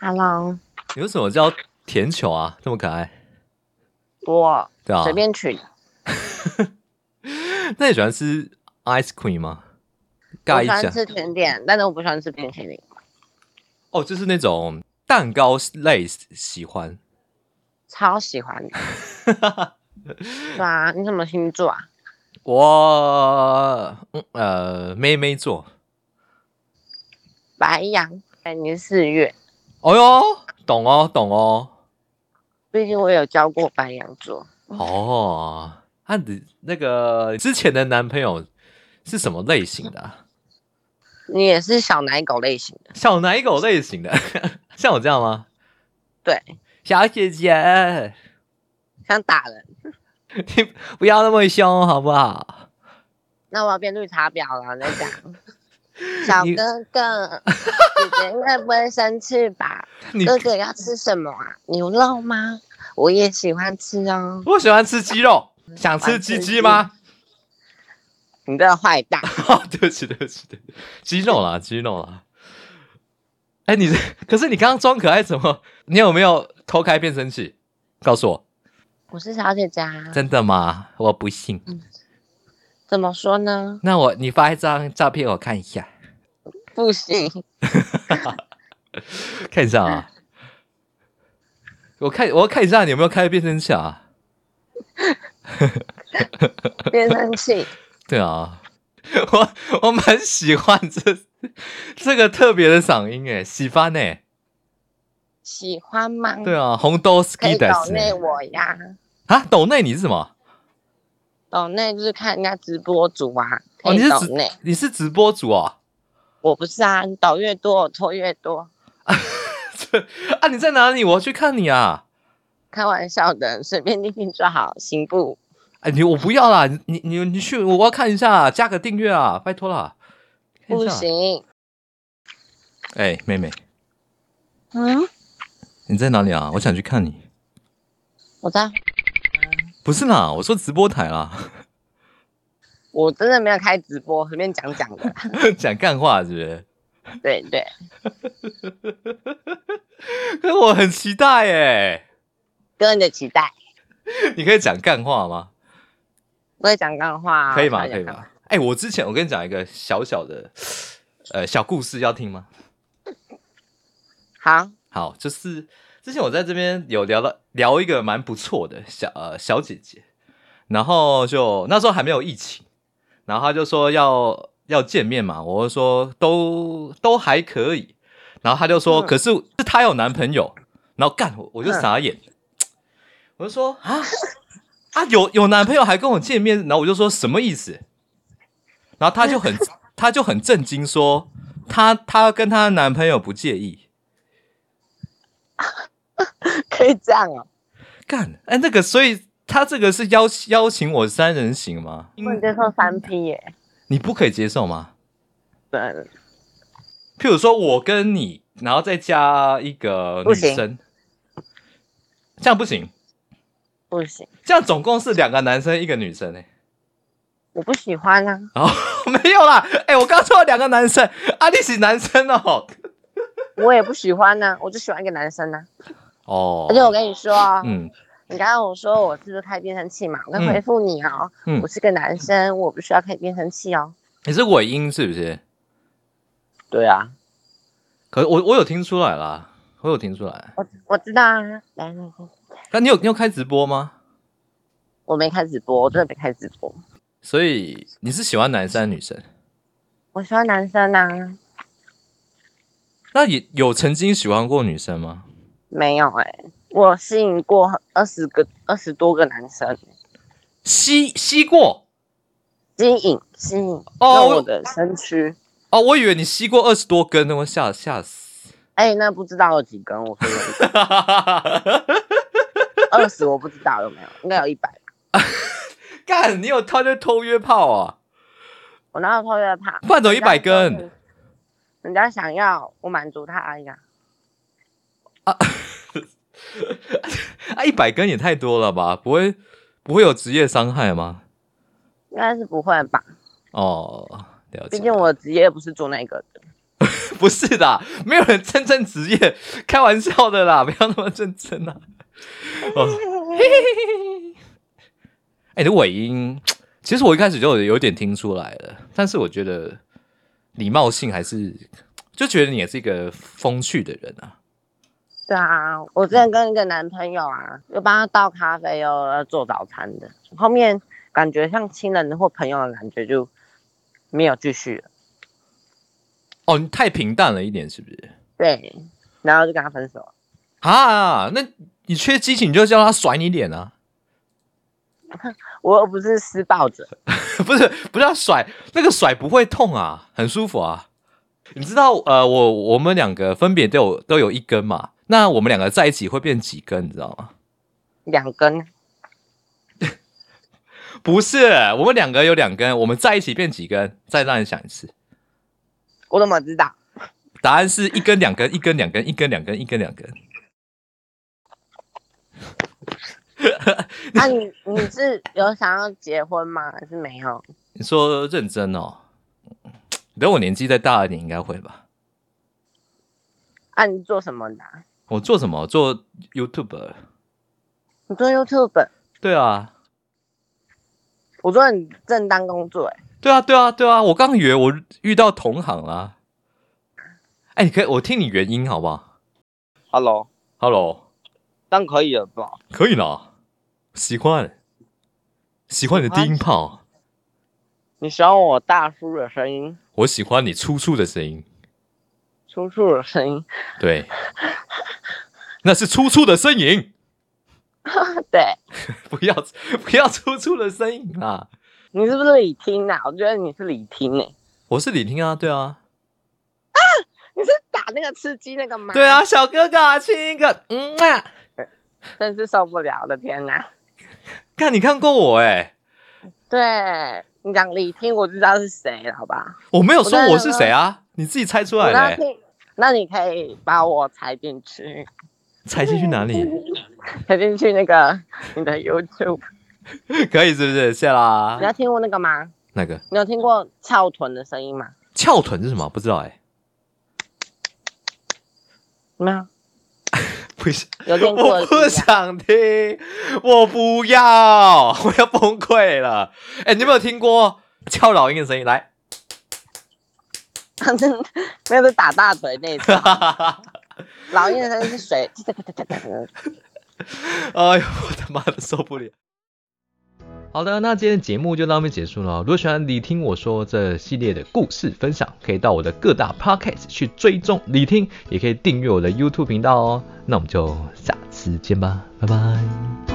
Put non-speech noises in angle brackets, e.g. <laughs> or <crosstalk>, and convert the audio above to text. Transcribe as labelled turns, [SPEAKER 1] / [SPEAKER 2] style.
[SPEAKER 1] Hello，
[SPEAKER 2] 你为什么叫甜球啊？那么可爱，
[SPEAKER 1] 我
[SPEAKER 2] 对啊。
[SPEAKER 1] 随便取的。
[SPEAKER 2] 那你喜欢吃 ice cream 吗？
[SPEAKER 1] 我
[SPEAKER 2] 尬一
[SPEAKER 1] 喜欢
[SPEAKER 2] 下
[SPEAKER 1] 吃甜点，但是我不喜欢吃冰淇淋。
[SPEAKER 2] 哦，就是那种蛋糕类喜欢。
[SPEAKER 1] 超喜
[SPEAKER 2] <laughs>
[SPEAKER 1] 欢的。对啊，你什么星座啊？
[SPEAKER 2] 我嗯呃妹妹座，
[SPEAKER 1] 白羊，哎，你是四月。
[SPEAKER 2] 哦哟，懂哦懂哦
[SPEAKER 1] 毕竟我有教过白羊座，
[SPEAKER 2] 哦。啊，你那个之前的男朋友是什么类型的啊、
[SPEAKER 1] 你也是小奶狗类型的。
[SPEAKER 2] 小奶狗类型的， <laughs> 像我这样吗？
[SPEAKER 1] 对，
[SPEAKER 2] 小姐姐，
[SPEAKER 1] 想打人。
[SPEAKER 2] 你不要那么凶好不好？
[SPEAKER 1] 那我要变绿茶婊了，你在讲。小
[SPEAKER 2] <laughs> 你
[SPEAKER 1] 哥哥，姐姐应该不会生气吧？
[SPEAKER 2] <laughs> 你
[SPEAKER 1] 哥哥要吃什么啊？牛肉吗？我也喜欢吃哦。
[SPEAKER 2] <laughs> 我喜欢吃鸡肉，想吃鸡鸡吗？
[SPEAKER 1] 你这个坏蛋，
[SPEAKER 2] 哦，对不起，对不起，对不起，鸡肉啦，鸡肉啦。哎，你这可是你刚刚装可爱怎么？你有没有偷开变声器？告诉我，
[SPEAKER 1] 我是小姐姐啊。
[SPEAKER 2] 真的吗？我不信。
[SPEAKER 1] 怎么说呢？
[SPEAKER 2] 那我你发一张照片我看一下，
[SPEAKER 1] 不行，
[SPEAKER 2] 看一下啊。 <laughs> 我看我要看一下你有没有开变声器啊？
[SPEAKER 1] 变声器。
[SPEAKER 2] 对啊， <laughs> 我我蛮喜欢这这个特别的嗓音诶，喜欢呢。
[SPEAKER 1] 喜欢吗？
[SPEAKER 2] 对啊，哎红豆
[SPEAKER 1] 可
[SPEAKER 2] ski
[SPEAKER 1] 以
[SPEAKER 2] 的
[SPEAKER 1] 抖内我呀，
[SPEAKER 2] 啊，抖内你是什么？
[SPEAKER 1] 抖内就是看人家直播主啊，
[SPEAKER 2] 哦，
[SPEAKER 1] 可
[SPEAKER 2] 你
[SPEAKER 1] 以
[SPEAKER 2] 是
[SPEAKER 1] 抖
[SPEAKER 2] 直
[SPEAKER 1] 内。
[SPEAKER 2] 你是直播主哦？
[SPEAKER 1] 我不是啊，你抖越多我拖越多，
[SPEAKER 2] 这 <laughs> 啊，你在哪里？我要去看你啊！
[SPEAKER 1] 开玩笑的，随便听听就好，行不？
[SPEAKER 2] 哎，你我不要啦，你你你你去，我要看一下，加个订阅啊，拜托啦。看
[SPEAKER 1] 不
[SPEAKER 2] 一下。
[SPEAKER 1] 行，
[SPEAKER 2] 哎，妹妹，
[SPEAKER 1] 嗯，
[SPEAKER 2] 你在哪里啊？我想去看你。
[SPEAKER 1] 我在，
[SPEAKER 2] 不是啦，我说直播台啦， <laughs>
[SPEAKER 1] 我真的没有开直播，随便讲讲的啦。 <laughs>
[SPEAKER 2] 讲干话是不是？
[SPEAKER 1] 对对，
[SPEAKER 2] 可是我很期待哎、
[SPEAKER 1] 哥你的期待，
[SPEAKER 2] 你可以讲干话吗？
[SPEAKER 1] 不会讲干话、啊，
[SPEAKER 2] 可以吗？
[SPEAKER 1] 我想
[SPEAKER 2] 可
[SPEAKER 1] 讲
[SPEAKER 2] 以
[SPEAKER 1] 干话
[SPEAKER 2] 吗？？哎、我之前我跟你讲一个小小的，呃，小故事要听吗？
[SPEAKER 1] 好， <laughs>
[SPEAKER 2] 好，就是之前我在这边有聊到聊一个蛮不错的小呃小姐姐，然后就那时候还没有疫情，然后她就说要要见面嘛，我就说都都还可以，然后她就说、
[SPEAKER 1] 嗯
[SPEAKER 2] 可是是她有男朋友，然后干我我就
[SPEAKER 1] 嗯
[SPEAKER 2] 傻眼，我就说啊啊有有男朋友还跟我见面，然后我就说什么意思？然后她就很 <laughs> 她就很震惊说她她跟她男朋友不介意。
[SPEAKER 1] 可以这样哦、
[SPEAKER 2] 干，哎，那个，所以他这个是邀邀请我三人行吗？
[SPEAKER 1] 不能接受三 P 耶、
[SPEAKER 2] 你不可以接受吗？
[SPEAKER 1] 对，
[SPEAKER 2] 譬如说我跟你，然后再加一个
[SPEAKER 1] 不
[SPEAKER 2] 女
[SPEAKER 1] 行
[SPEAKER 2] 生，这样不行，
[SPEAKER 1] 不行，
[SPEAKER 2] 这样总共是两个男生一个女生哎、
[SPEAKER 1] 我不喜欢啊，
[SPEAKER 2] 哦， <laughs> 没有啦，哎、我刚说了两个男生，啊，你是男生哦，
[SPEAKER 1] 我也不喜欢呢、我就喜欢一个男生呢、而且
[SPEAKER 2] 哦，
[SPEAKER 1] 我跟你说哦、
[SPEAKER 2] 嗯，
[SPEAKER 1] 你刚刚我说我是不是开变声器嘛？我刚
[SPEAKER 2] 嗯
[SPEAKER 1] 回复你哦，
[SPEAKER 2] 嗯
[SPEAKER 1] 我是个男生，我不需要开变声器哦。
[SPEAKER 2] 你是尾音是不是？
[SPEAKER 1] 对啊，
[SPEAKER 2] 可我我有听出来啦，我有听出来。
[SPEAKER 1] 我我知道啊。来来来，
[SPEAKER 2] 那你有你有开直播吗？
[SPEAKER 1] 我没开直播，我真的没开直播。
[SPEAKER 2] 所以你是喜欢男生还是女生？
[SPEAKER 1] 我喜欢男生啊，
[SPEAKER 2] 那也有曾经喜欢过女生吗？
[SPEAKER 1] 没有哎、我吸引过二十个、二十多个男生，
[SPEAKER 2] 吸吸过
[SPEAKER 1] 吸引吸引用
[SPEAKER 2] 哦我
[SPEAKER 1] 我的身躯。
[SPEAKER 2] 哦，我以为你吸过二十多根呢，我吓吓死。 <laughs>
[SPEAKER 1] 哎、那不知道有几根？我说有二十，20我不知道有没有，应该有一百。
[SPEAKER 2] 干，你有他就偷约炮啊？
[SPEAKER 1] 我哪有偷约炮？
[SPEAKER 2] 换走一百根，
[SPEAKER 1] 人家想要，我满足他而已啊。
[SPEAKER 2] 啊，一百根也太多了吧？不会不会有职业伤害吗？
[SPEAKER 1] 应该是不会吧？
[SPEAKER 2] 哦，了解。
[SPEAKER 1] 毕竟我的职业不是做那个的。
[SPEAKER 2] 不是的，没有人真正职业，开玩笑的啦，不 <laughs> 要那么认真啦。哦， <laughs> 嘿嘿嘿嘿哎，你的尾音，其实我一开始就有有点听出来了，但是我觉得礼貌性还是就觉得你也是一个风趣的人啊。
[SPEAKER 1] 对啊，我之前跟一个男朋友啊，又帮他倒咖啡，又做早餐的，后面感觉像亲人或朋友的感觉就没有继续了，
[SPEAKER 2] 哦，你太平淡了一点，是不是？
[SPEAKER 1] 对，然后就跟他分手了。
[SPEAKER 2] 啊，那你缺激情，你就叫他甩你脸啊，
[SPEAKER 1] 我又不是施暴者，
[SPEAKER 2] <laughs> 不是，不是要甩，那个甩不会痛啊，很舒服啊。你知道，呃，我我们两个分别都有都有一根嘛，那我们两个在一起会变几根，你知道吗？
[SPEAKER 1] 两根
[SPEAKER 2] 不是，我们两个有两根，我们在一起变几根？再让你想一次，
[SPEAKER 1] 我怎么知
[SPEAKER 2] <laughs>
[SPEAKER 1] 道？
[SPEAKER 2] 答案是一根两根，一根两根，一根两根，一根两根。
[SPEAKER 1] 啊你，你是有想要结婚吗？还是没有？
[SPEAKER 2] 你说认真哦，等我年纪再大一点，应该会吧。
[SPEAKER 1] 啊，你做什么的啊、
[SPEAKER 2] 我做什么？做 YouTube。
[SPEAKER 1] 你做 YouTube，
[SPEAKER 2] 对啊，
[SPEAKER 1] 我做很正当工作、欸，
[SPEAKER 2] 对啊，对啊，对啊！我刚以为我遇到同行啦。哎，你可以，我听你原因好不好
[SPEAKER 3] Hello，
[SPEAKER 2] ？Hello，
[SPEAKER 3] 但可以了吧？
[SPEAKER 2] 可以啦，喜欢，喜欢你的低音炮，
[SPEAKER 3] 你喜欢我大叔的声音，
[SPEAKER 2] 我喜欢你粗粗的声音，
[SPEAKER 3] 粗粗的声音，
[SPEAKER 2] 对，那是粗粗的呻吟，
[SPEAKER 1] 对
[SPEAKER 2] 不要不要粗粗的啊呻吟啦！
[SPEAKER 1] 你是不是李听啊？我觉得你是李听欸诶、
[SPEAKER 2] 我是李听啊，对啊，
[SPEAKER 1] 你是打那个吃鸡那个吗？
[SPEAKER 2] 对，啊，小哥哥亲一个，嗯啊，
[SPEAKER 1] 真是受不了我的天哪！
[SPEAKER 2] 看你看过我哎、
[SPEAKER 1] 对你讲李听，我就知道是谁了，好吧？
[SPEAKER 2] 我没有说我是谁啊，你自己猜出来
[SPEAKER 1] 我
[SPEAKER 2] 嘞、
[SPEAKER 1] 刚听，那你可以把我踩进去，
[SPEAKER 2] 猜进去哪里？
[SPEAKER 1] 踩进去那个你的 YouTube。
[SPEAKER 2] <laughs> 可以是不是？谢啦
[SPEAKER 1] 你。要听过那个吗？
[SPEAKER 2] 那个
[SPEAKER 1] 你有听过翘臀的声音吗？
[SPEAKER 2] 翘臀是什么？不知道哎、
[SPEAKER 1] 没有，
[SPEAKER 2] 不是，
[SPEAKER 1] 有练过
[SPEAKER 2] 我
[SPEAKER 1] 的
[SPEAKER 2] 不
[SPEAKER 1] 不一样。
[SPEAKER 2] 想听，我不要， <laughs> 我要崩溃了。哎、你有没有听过翘老鹰的声音？来， <laughs>
[SPEAKER 1] 他真的 <laughs> 没有是打大腿那一种，
[SPEAKER 2] 哎
[SPEAKER 1] 老鹰的声音是水。
[SPEAKER 2] 哎呦，我他妈的受不了。好的，那今天的节目就到这边结束了哦。如果喜欢你听我说这系列的故事分享，可以到我的各大 podcast 去追踪你听，也可以订阅我的 YouTube 频道哦。那我们就下次见吧，拜拜。